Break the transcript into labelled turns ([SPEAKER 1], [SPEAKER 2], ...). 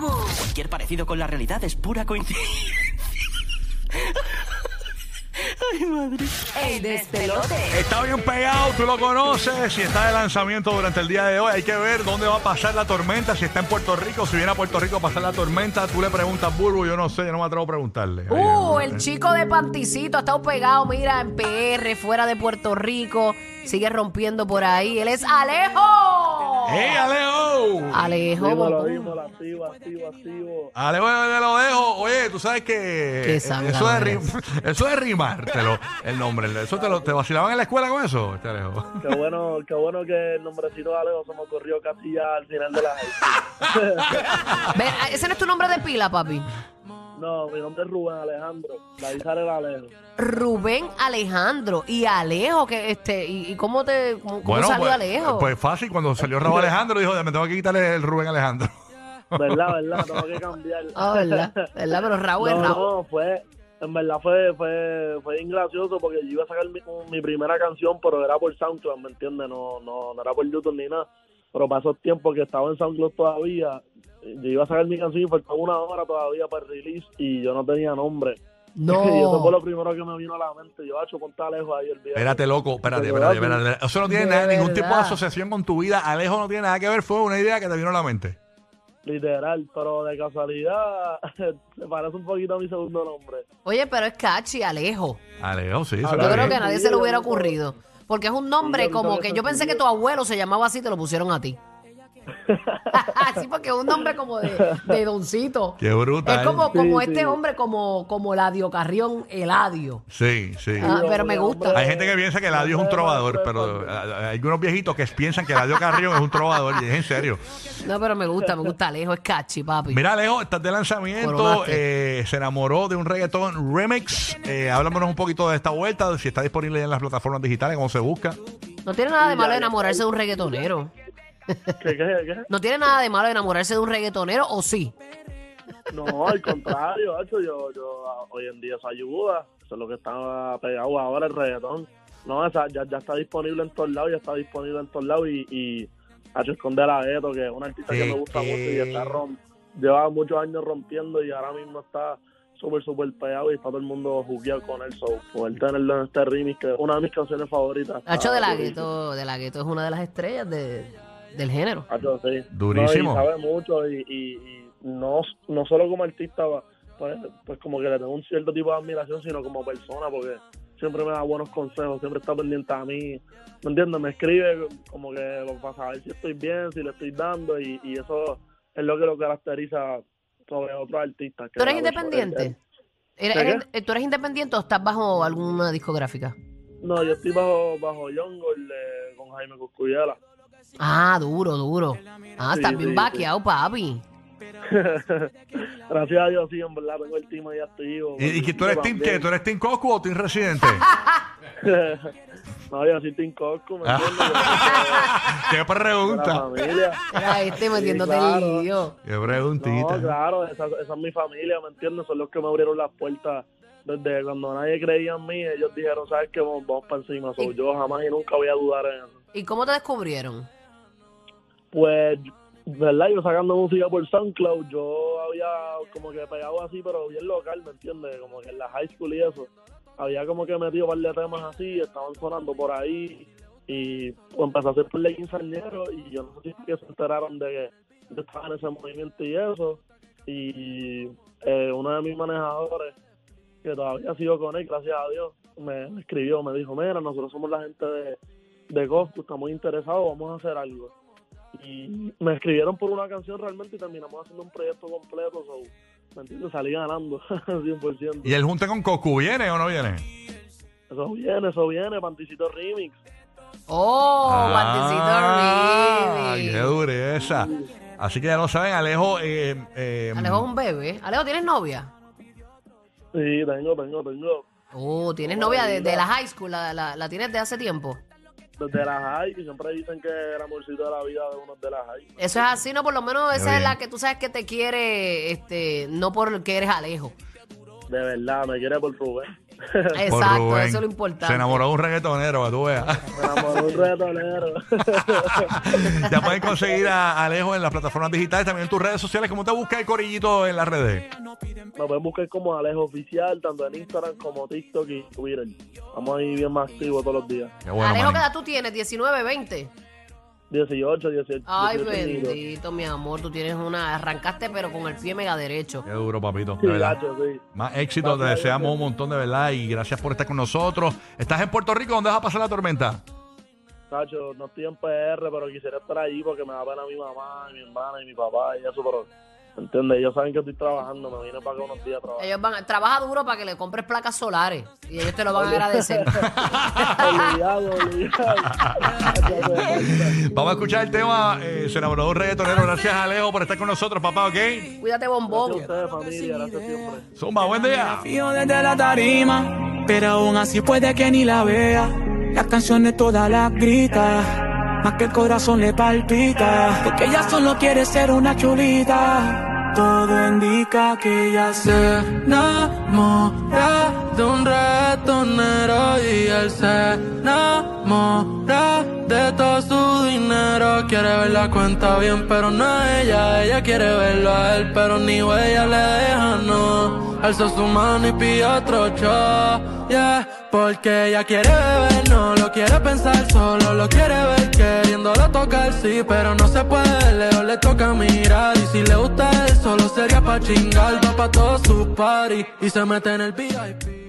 [SPEAKER 1] Cualquier parecido con la realidad es pura coincidencia. Ay, madre.
[SPEAKER 2] El despelote.
[SPEAKER 3] Está bien pegado, tú lo conoces. Si está de lanzamiento durante el día de hoy, hay que ver dónde va a pasar la tormenta. Si está en Puerto Rico, si viene a Puerto Rico a pasar la tormenta, tú le preguntas, Bulbo, yo no sé, yo no me atrevo a preguntarle. eh, Ahí,
[SPEAKER 2] Uh,
[SPEAKER 3] ahí.
[SPEAKER 2] el chico de Panticito ha estado pegado, mira, en PR, fuera de Puerto Rico. Sigue rompiendo por ahí. Él es Alejo.
[SPEAKER 3] ¡Ey, Alejo!
[SPEAKER 2] Alejo.
[SPEAKER 4] Eh. Dímelo,
[SPEAKER 2] bombón.
[SPEAKER 4] dímelo, activo, activo, activo.
[SPEAKER 3] Alejo, te lo dejo. Oye, tú sabes
[SPEAKER 2] Qué
[SPEAKER 3] que eso
[SPEAKER 2] sangrado
[SPEAKER 3] de, rim- eso de rimártelo, el nombre. Eso te, lo, te vacilaban en la escuela con eso, este Alejo.
[SPEAKER 4] Qué bueno, qué bueno que el nombrecito de Alejo se me ocurrió casi ya al final de la high school.
[SPEAKER 2] Ve, ah, ese no es tu nombre de pila, papi.
[SPEAKER 4] No, mi nombre es Rubén Alejandro. La hija era Alejo.
[SPEAKER 2] Rubén Alejandro y Alejo, que este, y, y cómo te cómo, cómo salió
[SPEAKER 3] pues,
[SPEAKER 2] Alejo.
[SPEAKER 3] pues fácil, cuando salió Raúl Alejandro, dijo, me tengo que quitarle el Rubén Alejandro.
[SPEAKER 4] ¿Verdad, verdad? Tengo que cambiar.
[SPEAKER 2] Ah, verdad, verdad, pero Raúl es
[SPEAKER 4] No,
[SPEAKER 2] Raúl.
[SPEAKER 4] no, fue. En verdad fue, fue, fue bien gracioso porque yo iba a sacar mi, mi primera canción, pero era por SoundCloud, ¿me entiendes? No, no, no era por YouTube ni nada. Pero pasó el tiempo que estaba en SoundCloud todavía. Yo iba a sacar mi canción y faltaba una hora todavía para el release y yo no tenía nombre. Y eso
[SPEAKER 2] No.
[SPEAKER 4] fue lo primero que me vino a la mente. Yo, hecho con tal lejos ahí el día.
[SPEAKER 3] Espérate, loco, espérate, espérate, espérate, espérate. Eso no tiene
[SPEAKER 2] De
[SPEAKER 3] nada, ningún
[SPEAKER 2] verdad.
[SPEAKER 3] tipo de asociación con tu vida. Alejo no tiene nada que ver, fue una idea que te vino a la mente.
[SPEAKER 4] Literal, pero de casualidad se parece un poquito a mi segundo nombre.
[SPEAKER 2] Oye, pero es catchy, Alejo.
[SPEAKER 3] Alejo, sí,
[SPEAKER 4] Yo
[SPEAKER 3] suena
[SPEAKER 2] Ah, Yo creo
[SPEAKER 3] bien.
[SPEAKER 2] que a nadie se le hubiera ocurrido. Porque es un nombre como que yo pensé que tu abuelo se llamaba así, te lo pusieron a ti. sí, porque es un nombre como de, de doncito.
[SPEAKER 3] Qué brutal.
[SPEAKER 2] Es como, como
[SPEAKER 4] Sí,
[SPEAKER 2] este
[SPEAKER 4] sí.
[SPEAKER 2] hombre, como, como Ladio Carrión, Eladio.
[SPEAKER 3] Sí, sí.
[SPEAKER 2] Ah, pero me gusta.
[SPEAKER 3] Hay gente que piensa que Eladio es un trovador, pero ah, hay unos viejitos que piensan que Eladio Carrión es un trovador, y es en serio.
[SPEAKER 2] No, pero me gusta, me gusta Alejo, es catchy, papi.
[SPEAKER 3] Mira, Alejo, estás de lanzamiento,
[SPEAKER 2] Coronaste.
[SPEAKER 3] eh, se enamoró de un reggaetón remix. Eh, háblanos un poquito de esta vuelta, si está disponible ya en las plataformas digitales, cómo se busca.
[SPEAKER 2] No tiene nada de malo enamorarse de un reggaetonero.
[SPEAKER 4] ¿Qué, qué, qué?
[SPEAKER 2] No tiene nada de malo enamorarse de un reggaetonero, o sí.
[SPEAKER 4] No, al contrario, hecho, yo, yo ah, hoy en día eso ayuda. Eso es lo que está pegado ahora el reggaetón. No, esa, ya, ya está disponible en todos lados, ya está disponible en todos lados y, y hecho esconder a Beto, que es un artista que me gusta
[SPEAKER 3] Sí,
[SPEAKER 4] mucho y
[SPEAKER 3] sí.
[SPEAKER 4] está rom- lleva muchos años rompiendo y ahora mismo está súper, súper pegado y está todo el mundo jugueado con él. So, poder tenerlo en este remix, que es una de mis canciones favoritas. Ah, está
[SPEAKER 2] Hacho de
[SPEAKER 3] Ah,
[SPEAKER 2] la
[SPEAKER 4] durísimo.
[SPEAKER 2] gueto, de la gueto es una de las estrellas de- del género.
[SPEAKER 4] Hacho, sí.
[SPEAKER 3] Durísimo.
[SPEAKER 4] No, y sabe mucho y, y- y no, no solo como artista, pues, pues como que le tengo un cierto tipo de admiración, sino como persona, porque siempre me da buenos consejos, siempre está pendiente a mí. ¿Me entiendes? Me escribe como que para saber si estoy bien, si le estoy dando y, y eso es lo que lo caracteriza sobre otros artistas. que
[SPEAKER 2] ¿Tú eres
[SPEAKER 4] la persona-
[SPEAKER 2] independiente? ¿Eres-
[SPEAKER 4] ¿De
[SPEAKER 2] eres- eh, ¿Tú eres independiente o estás bajo alguna discográfica?
[SPEAKER 4] No, yo estoy bajo, bajo Jungle eh, con Jaime Coscuyela.
[SPEAKER 2] Ah, duro, duro. Ah,
[SPEAKER 4] Sí,
[SPEAKER 2] estás bien
[SPEAKER 4] sí,
[SPEAKER 2] vaqueado, papi.
[SPEAKER 4] Gracias a Dios, sí, en verdad, tengo el team ahí activo.
[SPEAKER 3] ¿Y, y que tú eres Team
[SPEAKER 4] También.
[SPEAKER 3] qué? ¿Tú eres Team Coco o Team Residente?
[SPEAKER 4] No, yo soy Team Cosco, ¿me entiendes?
[SPEAKER 3] ¿Qué
[SPEAKER 4] Yo soy de la
[SPEAKER 3] pregunta?
[SPEAKER 4] familia.
[SPEAKER 2] Era este metiéndote
[SPEAKER 4] claro.
[SPEAKER 2] el lío.
[SPEAKER 3] Qué
[SPEAKER 4] No,
[SPEAKER 3] preguntita.
[SPEAKER 4] claro, esa, esa es mi familia, ¿me entiendes? Son los que me abrieron las puertas. Desde cuando nadie creía en mí, ellos dijeron, ¿sabes qué? Vamos, vamos para encima. So,
[SPEAKER 2] Y-
[SPEAKER 4] yo jamás y nunca voy a dudar en eso.
[SPEAKER 2] ¿Y cómo te descubrieron?
[SPEAKER 4] Pues, ¿verdad? Yo sacando música por SoundCloud, yo había como que pegado así, pero bien local, ¿me entiendes? Como que en la high school y eso. Había como que metido un par de temas así, estaban sonando por ahí. Y pues, empecé a hacer por el quinceañero y yo no sé si fue que se enteraron de que yo estaba en ese movimiento y eso. Y eh, uno de mis manejadores, que todavía sigo con él, gracias a Dios, me, me escribió, me dijo, mira, nosotros somos la gente de, de Coscu, estamos interesados, vamos a hacer algo y me escribieron por una canción realmente y terminamos haciendo un proyecto completo, so, ¿me entiendes? Salí ganando 100%.
[SPEAKER 3] ¿Y el junte con Coco viene o no viene?
[SPEAKER 4] Eso viene, eso viene, Panticito Remix.
[SPEAKER 2] Oh,
[SPEAKER 3] Ah,
[SPEAKER 4] Ah,
[SPEAKER 2] Martincito
[SPEAKER 3] ¡Qué dureza! Así que ya lo saben, Alejo. eh, eh,
[SPEAKER 2] Alejo es un bebé. Alejo, ¿tienes novia?
[SPEAKER 4] Sí, tengo, tengo, tengo.
[SPEAKER 2] Oh, tienes novia de, de la high school, la, la- la tienes de hace tiempo.
[SPEAKER 4] Desde la high, que siempre dicen que era amorcito de la vida de unos de la high.
[SPEAKER 2] Eso es así, ¿no? Por lo menos esa
[SPEAKER 3] Qué
[SPEAKER 2] es la
[SPEAKER 3] bien.
[SPEAKER 2] que tú sabes que te quiere, este, no porque eres Alejo.
[SPEAKER 4] De verdad, me quiere por Rubén.
[SPEAKER 3] por
[SPEAKER 2] Exacto, eso
[SPEAKER 3] Rubén.
[SPEAKER 2] es lo
[SPEAKER 3] Se
[SPEAKER 2] importante.
[SPEAKER 3] enamoró de un reggaetonero, para tú veas.
[SPEAKER 4] Me enamoró un retonero.
[SPEAKER 3] ya pueden conseguir a Alejo en las plataformas digitales, también en tus redes sociales. ¿Cómo te busca el corillito en las redes?
[SPEAKER 4] Nos pueden buscar como Alejo Oficial, tanto en Instagram como TikTok y Twitter. Estamos ahí bien más activos todos los días.
[SPEAKER 3] Qué bueno,
[SPEAKER 2] Alejo, ¿qué
[SPEAKER 3] manín.
[SPEAKER 2] edad tú tienes? 19, 20.
[SPEAKER 4] 18, 18.
[SPEAKER 2] Ay,
[SPEAKER 4] 18 libros.
[SPEAKER 2] bendito, mi amor, tú tienes una... Arrancaste, pero con el pie mega derecho.
[SPEAKER 3] Qué duro, papito.
[SPEAKER 4] Sí,
[SPEAKER 3] De verdad.
[SPEAKER 4] gacho, sí.
[SPEAKER 3] Más éxito, te deseamos un montón de verdad y gracias por estar con nosotros. ¿Estás en Puerto Rico? ¿Dónde vas a pasar la tormenta?
[SPEAKER 4] Tacho, no estoy en PR, pero quisiera estar allí porque me da pena mi mamá, y mi hermana y mi papá y eso, pero, ¿entiendes? Ellos saben que estoy trabajando, me vine para acá unos días a trabajar.
[SPEAKER 2] Ellos van... a- Trabaja duro para que le compres placas solares y ellos te lo van a agradecer.
[SPEAKER 4] Obligado, obligado.
[SPEAKER 3] Vamos a escuchar el tema. eh, se enamoró de un reggaetonero. Gracias, Alejo, por estar con nosotros, papá, ¿ok?
[SPEAKER 2] Cuídate,
[SPEAKER 4] Gracias a
[SPEAKER 2] bombón.
[SPEAKER 4] ustedes, familia, gracias siempre.
[SPEAKER 3] Zumba, buen día.
[SPEAKER 5] Fío desde la tarima, pero aún así puede que ni la vea. Las canciones todas las grita, más que el corazón le palpita. Porque ella solo quiere ser una chulita. Todo indica que ella se enamora de un ratonero y él se enamora de todo su dinero. Quiere ver la cuenta bien, pero no a ella. Ella quiere verlo a él, pero ni ella le deja, no. Alzó su mano y pidió otro shot, yeah. Porque ella quiere beber, no lo quiere pensar, solo lo quiere ver. Queriéndolo tocar, sí, pero no se puede. Leo le toca mirar. Y si le gusta él, solo sería pa' chingar. Va pa' todos sus party y se mete en el VIP.